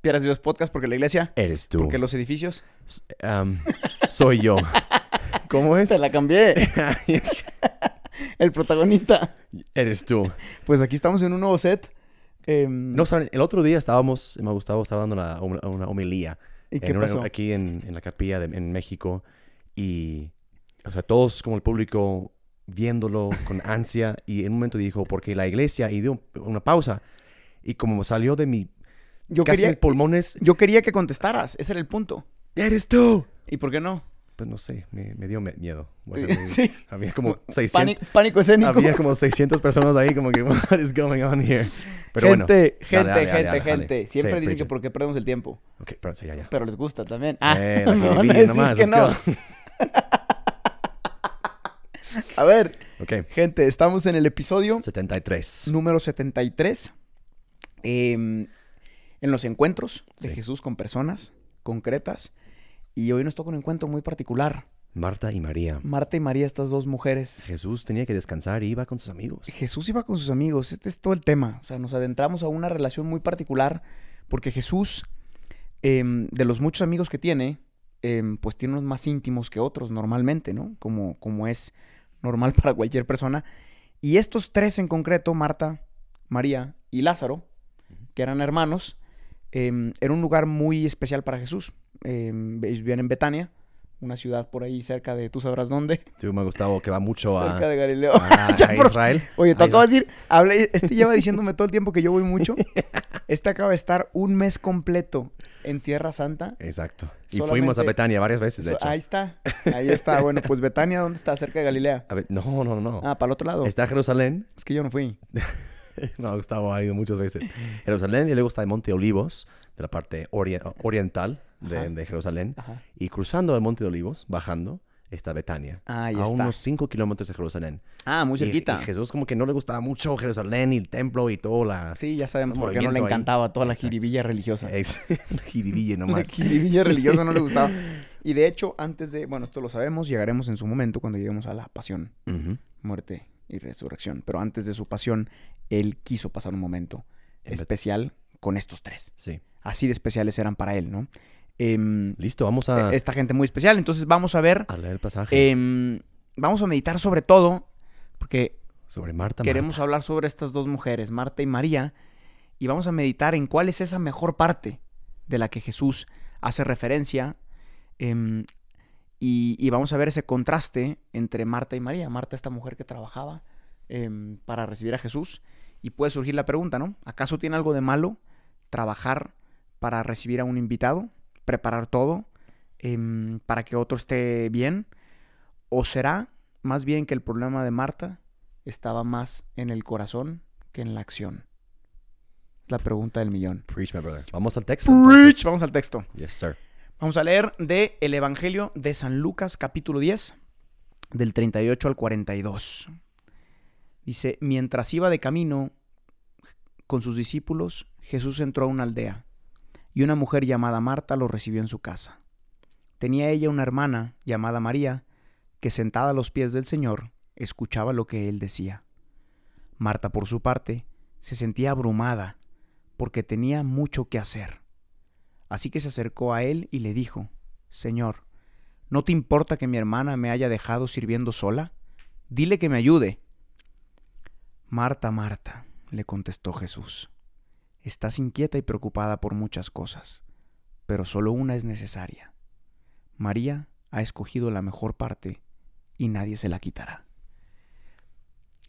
Piedras Vivas Podcast porque la iglesia, Eres tú. porque los edificios. S- um, soy yo. ¿Cómo es? Te la cambié. El protagonista. Eres tú. Pues aquí estamos en un nuevo set. Em, No saben, el otro día estábamos, me Gustavo estaba dando una, una- una homilía ¿Y qué en eh, una- pasó? aquí en, en la capilla de- en México y, o sea, todos como el público viéndolo con ansia y en un momento dijo, porque la iglesia y dio una pausa y como salió de mi Yo casi quería, mis pulmones, yo quería que contestaras. Ese era el punto. ¡eres tú! ¿Y por qué no? Pues no sé, me, me dio me- miedo. Voy a ser muy- Sí. Había como Ah, Pánico, 600, pánico escénico. había como 600 personas ahí como que, what is going on here? Pero gente, bueno. gente, dale, dale, gente, dale, dale. gente. Sí, Siempre dicen que preacher. por qué perdemos el tiempo. Ok, pero sí, ya, ya. Pero les gusta también. Ah, Eh, la me van a jiribilla decir nomás, que no. let's go. A ver, Ok. gente, estamos en el episodio 73. número 73. eh, en los encuentros de Sí. Jesús con personas concretas. Y hoy nos toca un encuentro muy particular. Marta y María. Marta y María, estas dos mujeres. Jesús tenía que descansar y iba con sus amigos. Jesús iba con sus amigos, este es todo el tema. O sea, nos adentramos a una relación muy particular porque Jesús, em, de los muchos amigos que tiene, em, pues tiene unos más íntimos que otros normalmente, ¿no? Como, como es normal para cualquier persona. Y estos tres en concreto, Marta, María y Lázaro, que eran hermanos, em, era un lugar muy especial para Jesús. Em, ellos vivían en Betania, una ciudad por ahí cerca de, tú sabrás dónde, Tú me Gustavo que va mucho a, cerca de Galileo. a- Ya a por- Israel. Oye, tú Ah, Ahí acabas de decir, hablé- este lleva diciéndome todo el tiempo que yo voy mucho. Este acaba de estar un mes completo en Tierra Santa. Exacto. Y Solamente- fuimos a Betania varias veces, de So- hecho. ahí está, ahí está. Bueno, pues Betania, ¿dónde está? Cerca de Galilea. A ver, no, no, no. Ah, para el otro lado. Está Jerusalén. Es que yo no fui. No, Gustavo ha ido muchas veces. Jerusalén y luego está el Monte Olivos, de la parte ori- oriental Ajá. de, de Jerusalén. Ajá. Y cruzando el Monte de Olivos, bajando, está Betania. Ah, ahí a está. unos 5 kilómetros de Jerusalén. Ah, muy Y- cerquita. Y, Jesús como que no le gustaba mucho Jerusalén y el templo y toda la... Sí, ya sabemos por qué no le Movimiento ahí. encantaba toda la Exacto. jiribilla religiosa. Ex- jiribilla La nomás. jiribilla religiosa no le gustaba. Y de hecho, antes de, bueno, esto lo sabemos, llegaremos en su momento cuando lleguemos a la pasión. Ujú. muerte y resurrección. Pero antes de su pasión, él quiso pasar un momento En Bet- especial con estos tres. Sí. Así de especiales eran para él, ¿no? Em, Listo, vamos a, Esta gente muy especial. Entonces vamos a ver, Ah. a leer el pasaje em, vamos a meditar sobre todo, porque sobre Marta. queremos hablar sobre estas dos mujeres, Marta y María, y vamos a meditar en cuál es esa mejor parte de la que Jesús hace referencia. em, y, y vamos a ver ese contraste entre Marta y María. Marta, esta mujer que trabajaba em, para recibir a Jesús. Y puede surgir la pregunta, ¿no? ¿Acaso tiene algo de malo trabajar para recibir a un invitado? ¿Preparar todo em, para que otro esté bien? ¿O será más bien que el problema de Marta estaba más en el corazón que en la acción? La pregunta del millón. Marta. Preach, my brother. Vamos al texto. Preach. entonces. Vamos al texto. Yes, sir. Vamos a leer de el Evangelio de San Lucas capítulo 10 del 38 al 42. Dice, mientras iba de camino con sus discípulos, Jesús entró a una aldea y una mujer llamada Marta lo recibió en su casa. Tenía ella una hermana llamada María que sentada a los pies del Señor escuchaba lo que él decía. Marta, por su parte, se sentía abrumada porque tenía mucho que hacer. Así que se acercó a él y le dijo, Señor, ¿no te importa que mi hermana me haya dejado sirviendo sola? Dile que me ayude. Marta, Marta, le contestó Jesús, estás inquieta y preocupada por muchas cosas, pero solo una es necesaria. María ha escogido la mejor parte y nadie se la quitará.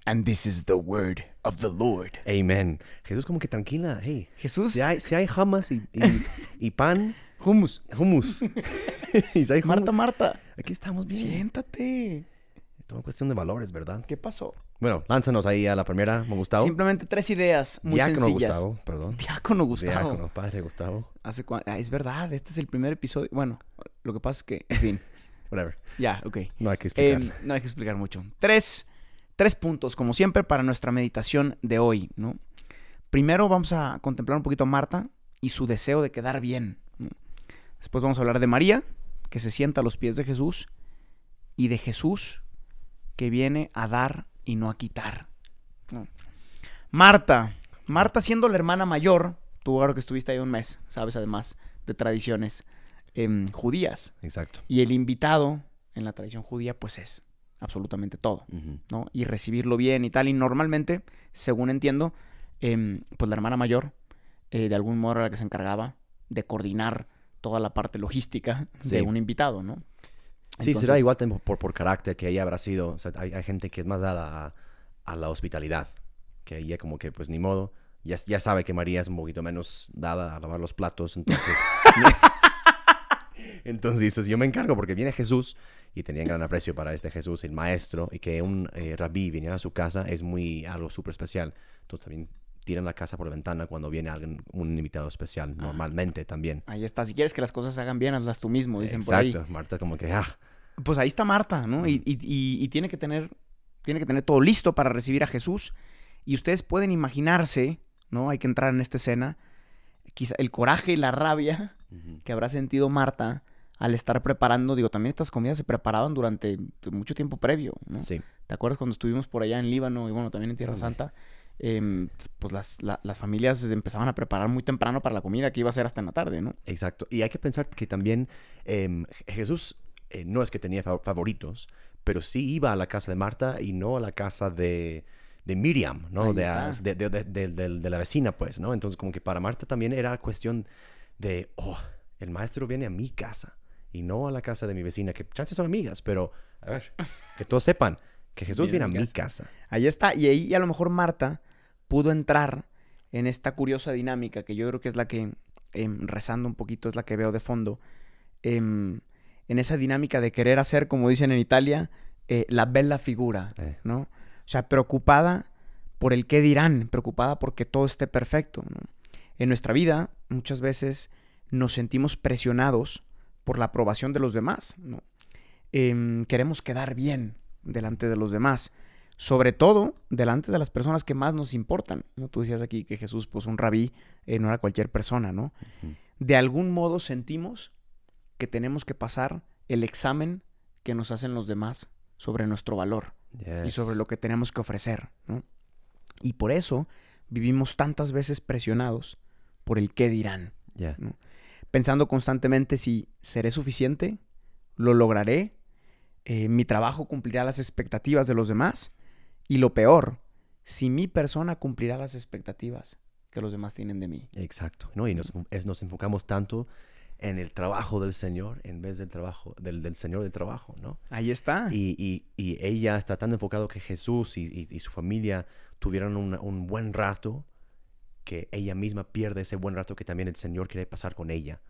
And this is the word of the Lord. Amen. Jesús como que tranquila. Hey, Jesús, si hay, si hay hummus y, y, y pan, hummus. hummus. y si hay hummus, Marta, Marta, aquí estamos bien. siéntate. Es una cuestión de valores, ¿verdad? ¿Qué pasó? Bueno, lánzanos ahí a la primera, ¿me Gustavo. Simplemente tres ideas muy Diácono sencillas. Gustavo, perdón. Diácono Gustavo. Diácono, padre Gustavo. Hace cua- ah, es verdad, este es el primer episodio. Bueno, lo que pasa es que, en fin, Whatever. ya, ok. No hay que explicar. Eh, no hay que explicar mucho. Tres, tres puntos, como siempre, para nuestra meditación de hoy, ¿no? Primero vamos a contemplar un poquito a Marta y su deseo de quedar bien. ¿no? Después vamos a hablar de María, que se sienta a los pies de Jesús, y de Jesús, que viene a dar y no a quitar. ¿no? Marta, Marta siendo la hermana mayor, tú ahora que estuviste ahí un mes, sabes además de tradiciones em, judías, Exacto. y el invitado en la tradición judía, pues es absolutamente todo, Ujú. ¿no? Y recibirlo bien y tal. Y normalmente, según entiendo, em, pues la hermana mayor, eh, de algún modo, era la que se encargaba de coordinar toda la parte logística de Sí. un invitado, ¿no? Sí, Entonces, será igual también por, por carácter que ella habrá sido. O sea, hay, hay gente que es más dada a, a la hospitalidad, que ella como que pues ni modo. Ya, ya sabe que María es un poquito menos dada a lavar los platos, entonces... entonces dices, yo me encargo porque viene Jesús y tenían gran aprecio para este Jesús, el maestro, y que un eh, rabí viniera a su casa es muy algo súper especial. Entonces también tiran la casa por la ventana cuando viene alguien, un invitado especial, Ah. normalmente también. Ahí está. Si quieres que las cosas se hagan bien, hazlas tú mismo, dicen por Exacto, Marta como que, ah, ahí. Pues ahí está Marta, ¿no? Y, y- y- y tiene que tener, tiene que tener todo listo para recibir a Jesús. Y ustedes pueden imaginarse, ¿no? Hay que entrar en esta escena. Quizá el coraje y la rabia ujú, que habrá sentido Marta al estar preparando, digo, también estas comidas se preparaban durante mucho tiempo previo, ¿no? sí. ¿Te acuerdas cuando estuvimos por allá en Líbano y bueno, también en Tierra Ándale. Santa? Em, pues las, la- las familias empezaban a preparar muy temprano para la comida que iba a ser hasta en la tarde, ¿no? Exacto. Y hay que pensar que también em, Jesús eh, no es que tenía fa- favoritos, pero sí iba a la casa de Marta y no a la casa de, de Miriam, Ahí ¿no? De, está. as- de, de- de- de- de- de la vecina, pues, ¿no? Entonces, como que para Marta también era cuestión de, oh, el maestro viene a mi casa y no a la casa de mi vecina, que chances son amigas, pero, a ver, que todos sepan que Jesús Viene viene a a mi mi casa. Ahí está. Y ahí a lo mejor Marta pudo entrar en esta curiosa dinámica que yo creo que es la que, em, rezando un poquito, es la que veo de fondo. em, en esa dinámica de querer hacer, como dicen en Italia, eh, la bella figura, Eh. ¿no? O sea, preocupada por el qué dirán, preocupada porque todo esté perfecto. ¿no? En nuestra vida, muchas veces nos sentimos presionados por la aprobación de los demás, ¿no? Em, queremos quedar bien delante de los demás sobre todo delante de las personas que más nos importan. ¿no? Tú decías aquí que Jesús, pues un rabí, eh, no era cualquier persona, ¿no? Ujú. De algún modo sentimos que tenemos que pasar el examen que nos hacen los demás sobre nuestro valor y sobre Yes. lo que tenemos que ofrecer, ¿no? Y por eso vivimos tantas veces presionados por el qué dirán, Yeah. pensando constantemente si seré suficiente, lo lograré, eh, mi trabajo cumplirá las expectativas de los demás y lo peor, si mi persona cumplirá las expectativas que los demás tienen de mí. Exacto, ¿no? Y nos, es- nos enfocamos tanto en el trabajo del Señor en vez del trabajo del, del Señor del trabajo, ¿no? Ahí está. Y, y- y ella está tan enfocado que Jesús y, y- y su familia tuvieron una- un buen rato que ella misma pierde ese buen rato que también el Señor quiere pasar con ella.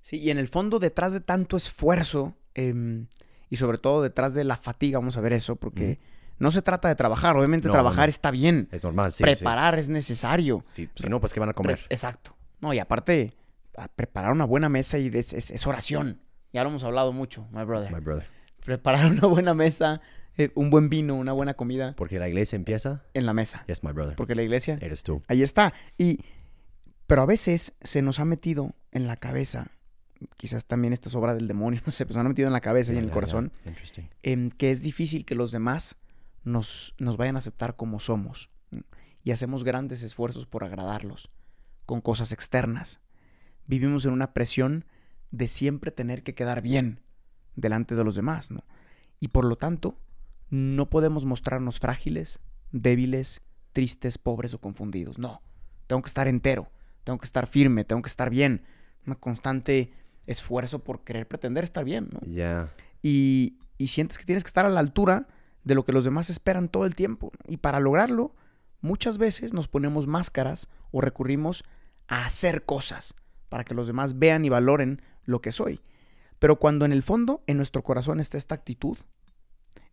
Sí, y en el fondo, detrás de tanto esfuerzo em, y sobre todo detrás de la fatiga, vamos a ver eso, porque no se trata de trabajar, obviamente No, trabajar no. está bien, Es normal, sí. sí. preparar es necesario. Sí, si no, pues ¿qué van a comer? Res- exacto. No, y aparte, a preparar una buena mesa y des- es, es oración. Ya lo hemos hablado mucho, my brother. My brother. Preparar una buena mesa, eh, un buen vino, una buena comida Porque la iglesia empieza, en la mesa. yes, my brother. Porque la iglesia, Eres tú. ahí está. Y, pero a veces se nos ha metido en la cabeza, quizás también esta es obra del demonio, no sé, pero se nos ha metido en la cabeza y en el Ya, ya, corazón, Interesting. em, que es difícil que los demás nos, nos vayan a aceptar como somos. ¿m? Y hacemos grandes esfuerzos por agradarlos con cosas externas. Vivimos en una presión de siempre tener que quedar bien delante de los demás, ¿no? Y por lo tanto, no podemos mostrarnos frágiles, débiles, tristes, pobres o confundidos. No, tengo que estar entero, tengo que estar firme, tengo que estar bien. Un constante esfuerzo por querer pretender estar bien, ¿no? Ya. y, y sientes que tienes que estar a la altura de lo que los demás esperan todo el tiempo. Y para lograrlo, muchas veces nos ponemos máscaras o recurrimos a hacer cosas para que los demás vean y valoren lo que soy. Pero cuando en el fondo, en nuestro corazón está esta actitud,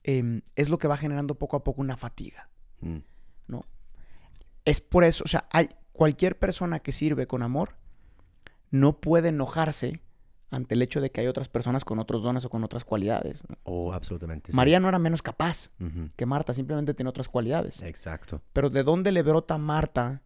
em, es lo que va generando poco a poco una fatiga. Mm. Es por eso, o sea, hay, cualquier persona que sirve con amor no puede enojarse ante el hecho de que hay otras personas con otros dones o con otras cualidades. ¿no? Oh, absolutamente. sí. María no era menos capaz Ujú. que Marta, simplemente tiene otras cualidades. Exacto. Pero ¿de dónde le brota a Marta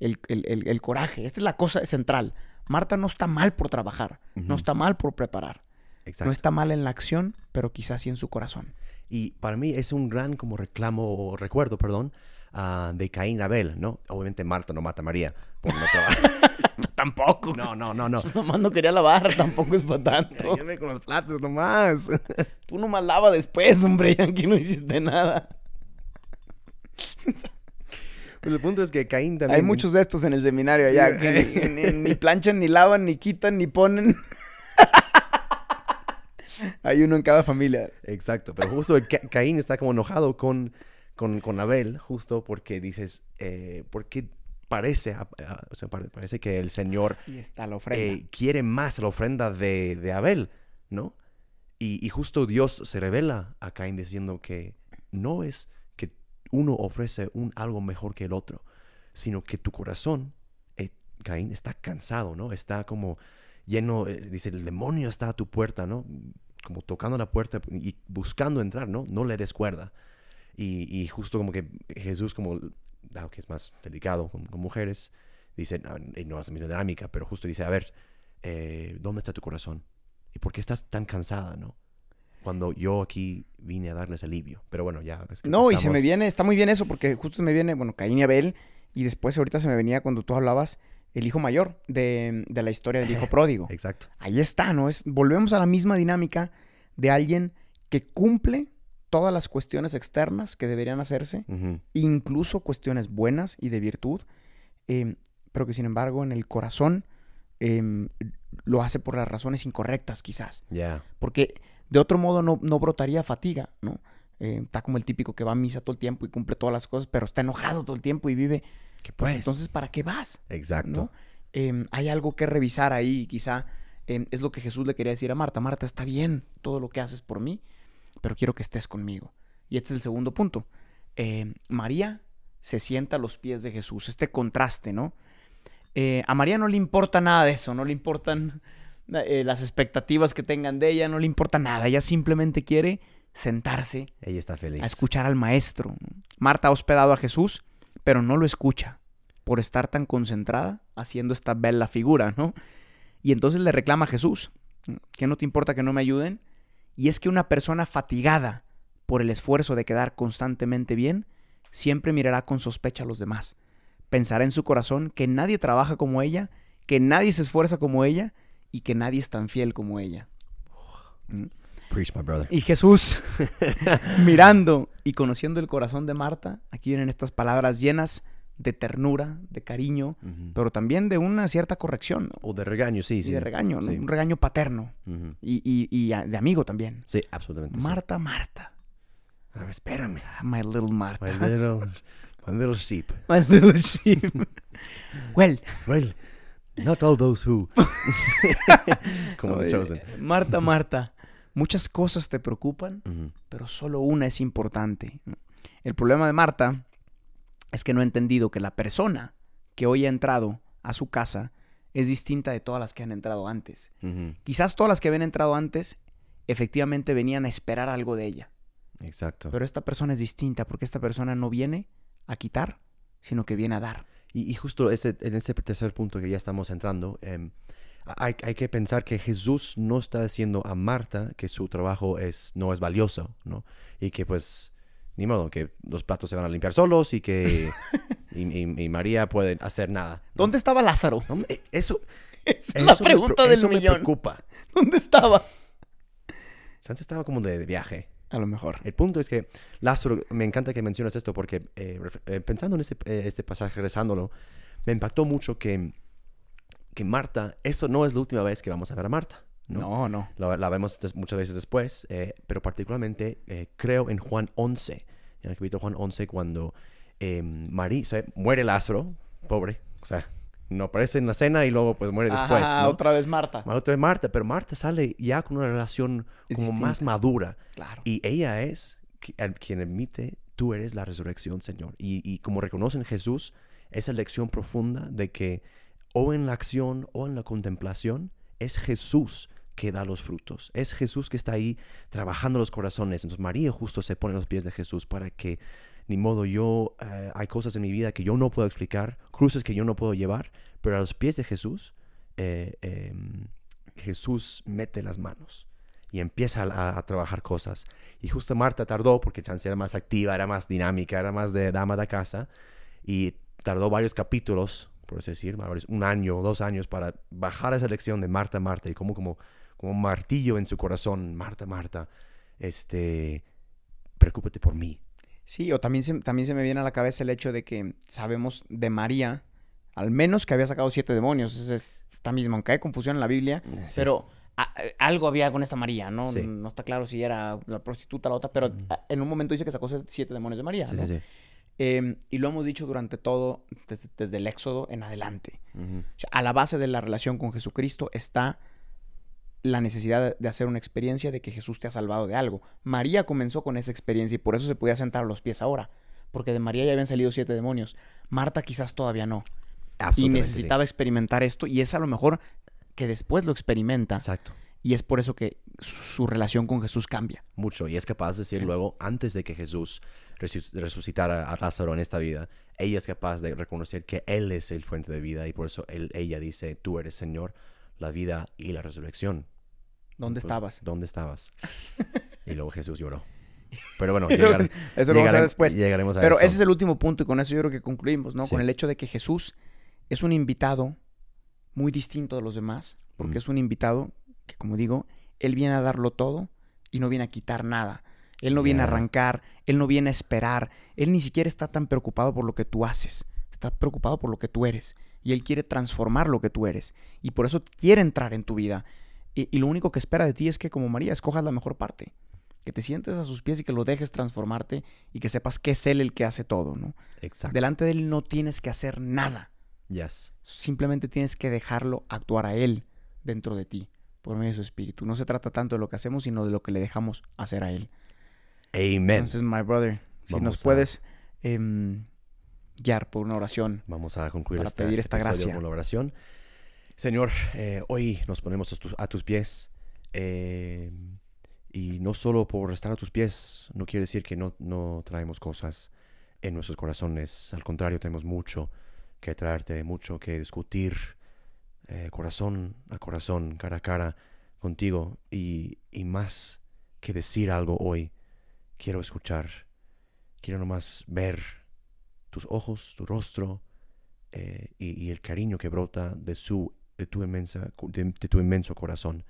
el, el- el- el coraje? Esta es la cosa central. Marta no está mal por trabajar, Ujú. no está mal por preparar, Exacto. no está mal en la acción, pero quizás sí en su corazón. Y para mí es un gran como reclamo o recuerdo, perdón, ah, de Caín y Abel, ¿no? Obviamente Marta no mata a María. por no trabajar. Tampoco. no, no, no, no. Nomás no quería lavar, tampoco es para tanto. Ayúdame con los platos nomás. Tú nomás lava después, hombre, y aquí no hiciste nada. Pero el punto es que Caín también... Hay muchos de estos en el seminario Sí, allá, que eh. ni, ni- ni planchan, ni lavan, ni quitan, ni ponen. Hay uno en cada familia. Exacto, pero justo el Ca- Caín está como enojado con, con, con Abel, justo porque dices, eh, porque parece, ah, ah, o sea, pare- parece que el Señor Y está la eh, quiere más la ofrenda de, de Abel, ¿no? Y, y justo Dios se revela a Caín diciendo que no es que uno ofrece un algo mejor que el otro, sino que tu corazón, eh, Caín, está cansado, ¿no? Está como lleno, eh, dice, el demonio está a tu puerta, ¿no? Como tocando la puerta y buscando entrar, ¿no? No le des cuerda. Y, y justo como que Jesús, como, dado que es más delicado con, con mujeres, dice, no, y no hace mi dinámica, pero justo dice, a ver, eh, ¿dónde está tu corazón? ¿Y por qué estás tan cansada, no? Cuando yo aquí vine a darles alivio. Pero bueno, ya. es que No, y se me estamos- viene, está muy bien eso, porque justo me viene, bueno, Caín y Abel, y después ahorita se me venía cuando tú hablabas el hijo mayor de, de la historia del hijo pródigo. Exacto. Ahí está, ¿no? Es, volvemos a la misma dinámica de alguien que cumple todas las cuestiones externas que deberían hacerse, Ujú. incluso cuestiones buenas y de virtud, eh, pero que sin embargo en el corazón em, lo hace por las razones incorrectas quizás. Ya. Porque de otro modo no, no brotaría fatiga, ¿no? Eh, está como el típico que va a misa todo el tiempo y cumple todas las cosas, pero está enojado todo el tiempo y vive. Que Pues, entonces, ¿para qué vas? Exacto. ¿no? Eh, hay algo que revisar ahí, quizá eh, es lo que Jesús le quería decir a Marta. Marta, está bien todo lo que haces por mí, pero quiero que estés conmigo. Y este es el segundo punto. Eh, María se sienta a los pies de Jesús, este contraste, ¿no? Eh, a María no le importa nada de eso, no le importan eh, las expectativas que tengan de ella, no le importa nada, ella simplemente quiere sentarse Ella está feliz. a escuchar al maestro. ¿no? Marta ha hospedado a Jesús, pero no lo escucha por estar tan concentrada haciendo esta bella figura, ¿no? Y entonces le reclama a Jesús, que no te importa que no me ayuden. Y es que una persona fatigada por el esfuerzo de quedar constantemente bien, siempre mirará con sospecha a los demás. Pensará en su corazón que nadie trabaja como ella, que nadie se esfuerza como ella y que nadie es tan fiel como ella. Preach, my brother. Y Jesús, mirando y conociendo el corazón de Marta, aquí vienen estas palabras llenas de ternura, de cariño, Ujú. pero también de una cierta corrección ¿no? O de regaño, sí, y sí. de regaño, ¿no? Sí, un regaño paterno Ujú. y, y- y a- de amigo también. Sí, absolutamente. sí. Marta, Marta, A ver, espérame. my little Marta. My little, my little sheep. My little sheep. well, Well, not all those who. Como The eh, Chosen. Marta, Marta, muchas cosas te preocupan, Ujú. pero solo una es importante. El problema de Marta es que no ha entendido que la persona que hoy ha entrado a su casa es distinta de todas las que han entrado antes. Ujú. Quizás todas las que habían entrado antes efectivamente venían a esperar algo de ella, Exacto. pero esta persona es distinta porque esta persona no viene a quitar, sino que viene a dar. Y, y justo ese, en ese tercer punto que ya estamos entrando, em, hay, hay que pensar que Jesús no está diciendo a Marta que su trabajo es, no es valioso, ¿no? Y que pues, ni modo, que los platos se van a limpiar solos y que y, y- y María puede hacer nada. ¿no? ¿Dónde estaba Lázaro? No, eh, Eso, Esa es eso la me pregunta pre- del eso me millón. preocupa. ¿Dónde estaba? Sanz estaba como de- de viaje. A lo mejor. El punto es que, Lázaro, me encanta que mencionas esto porque eh, ref- eh, pensando en este, eh, este pasaje, rezándolo, me impactó mucho que, que Marta, esto no es la última vez que vamos a ver a Marta. No. No, no. La, la vemos des- muchas veces después, eh, pero particularmente eh, creo en Juan 11, en el capítulo Juan 11, cuando eh, María, muere Lázaro, pobre, o sea, no aparece en la cena y luego pues muere después. Ajá, ¿no? otra vez Marta. Otra vez Marta, pero Marta sale ya con una relación Es como más madura. Claro. Y ella es qui- al quien admite, tú eres la resurrección, Señor. Y, y como reconocen Jesús, esa lección profunda de que o en la acción o en la contemplación, es Jesús que da los frutos. Es Jesús que está ahí trabajando los corazones. Entonces María justo se pone a los pies de Jesús para que, ni modo, yo, eh, hay cosas en mi vida que yo no puedo explicar, cruces que yo no puedo llevar, pero a los pies de Jesús, eh, eh, Jesús mete las manos y empieza a, a trabajar cosas. Y justo Marta tardó, porque Chance era más activa, era más dinámica, era más de dama de casa, y tardó varios capítulos, por así decir, varios- un año, dos años, para bajar esa lección de Marta, Marta, y como, como, como un martillo en su corazón, Marta, Marta, este, preocúpate por mí. Sí, o también se, también se me viene a la cabeza el hecho de que sabemos de María, al menos que había sacado siete demonios. Esa Es, esta misma, aunque hay confusión en la Biblia, pero a- a- algo había con esta María, ¿no? Sí. No está claro si era la prostituta la otra, pero Ujú. a- en un momento dice que sacó siete demonios de María. Sí, ¿no? sí, sí. Eh, y lo hemos dicho durante todo, desde, desde el Éxodo en adelante. Ujú. O sea, a la base de la relación con Jesucristo está la necesidad de hacer una experiencia de que Jesús te ha salvado de algo. María comenzó con esa experiencia y por eso se podía sentar a los pies ahora, porque de María ya habían salido siete demonios. Marta quizás todavía no. Y Absolutamente, sí. necesitaba experimentar esto y es a lo mejor que después lo experimenta Exacto. y es por eso que su, su relación con Jesús cambia. mucho y es capaz de decir luego, antes de que Jesús resu- resucitara a Lázaro en esta vida, ella es capaz de reconocer que Él es el fuente de vida y por eso él, ella dice, tú eres Señor, la vida y la resurrección. ¿Dónde Entonces, estabas? ¿Dónde estabas? y luego Jesús lloró. Pero bueno, Pero llegar- eso lo vamos a ver llegarem- después. llegaremos a Pero eso. ese es el último punto y con eso yo creo que concluimos, ¿no? Sí. Con el hecho de que Jesús es un invitado muy distinto de los demás, porque Mm. es un invitado que, como digo, él viene a darlo todo y no viene a quitar nada. Él no viene a Ya. arrancar, él no viene a esperar, él ni siquiera está tan preocupado por lo que tú haces, está preocupado por lo que tú eres y él quiere transformar lo que tú eres y por eso quiere entrar en tu vida. Y, y lo único que espera de ti es que como María escojas la mejor parte, que te sientes a sus pies y que lo dejes transformarte y que sepas que es él el que hace todo, ¿no? Exacto. Delante de él no tienes que hacer nada, Yes. simplemente tienes que dejarlo actuar a él dentro de ti por medio de su espíritu. No se trata tanto de lo que hacemos, sino de lo que le dejamos hacer a él. Amen. Entonces, my brother, si Vamos nos a- puedes em, guiar por una oración. Vamos a concluir Para este pedir esta episodio gracia. con la oración. Señor, eh, hoy nos ponemos a, tus- a tus pies. eh, y no solo por estar a tus pies, no quiere decir que no, no traemos cosas en nuestros corazones. Al contrario, tenemos mucho que traerte, mucho que discutir eh, corazón a corazón, cara a cara contigo. Y, y más que decir algo hoy, quiero escuchar. Quiero nomás ver tus ojos, tu rostro, eh, y, y el cariño que brota de, su, de, tu inmensa, co- de, de tu inmenso corazón.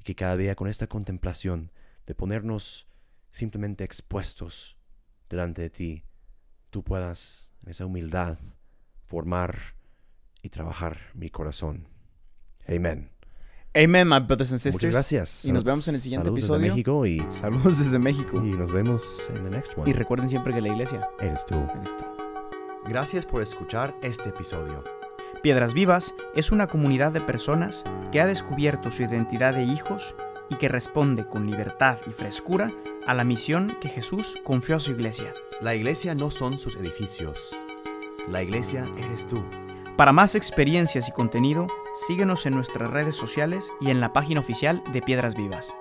Y que cada día con esta contemplación de ponernos simplemente expuestos delante de ti, tú puedas en esa humildad formar y trabajar mi corazón. Amén. Amen, my brothers and Muchas sisters. gracias. y nos vemos en el siguiente Saludos desde episodio. México y, Saludos desde México. y nos vemos en el next one. Y recuerden siempre que la iglesia Eres tú. eres tú. Gracias por escuchar este episodio. Piedras Vivas es una comunidad de personas que ha descubierto su identidad de hijos y que responde con libertad y frescura a la misión que Jesús confió a su iglesia. La iglesia no son sus edificios. La iglesia eres tú. Para más experiencias y contenido, síguenos en nuestras redes sociales y en la página oficial de Piedras Vivas.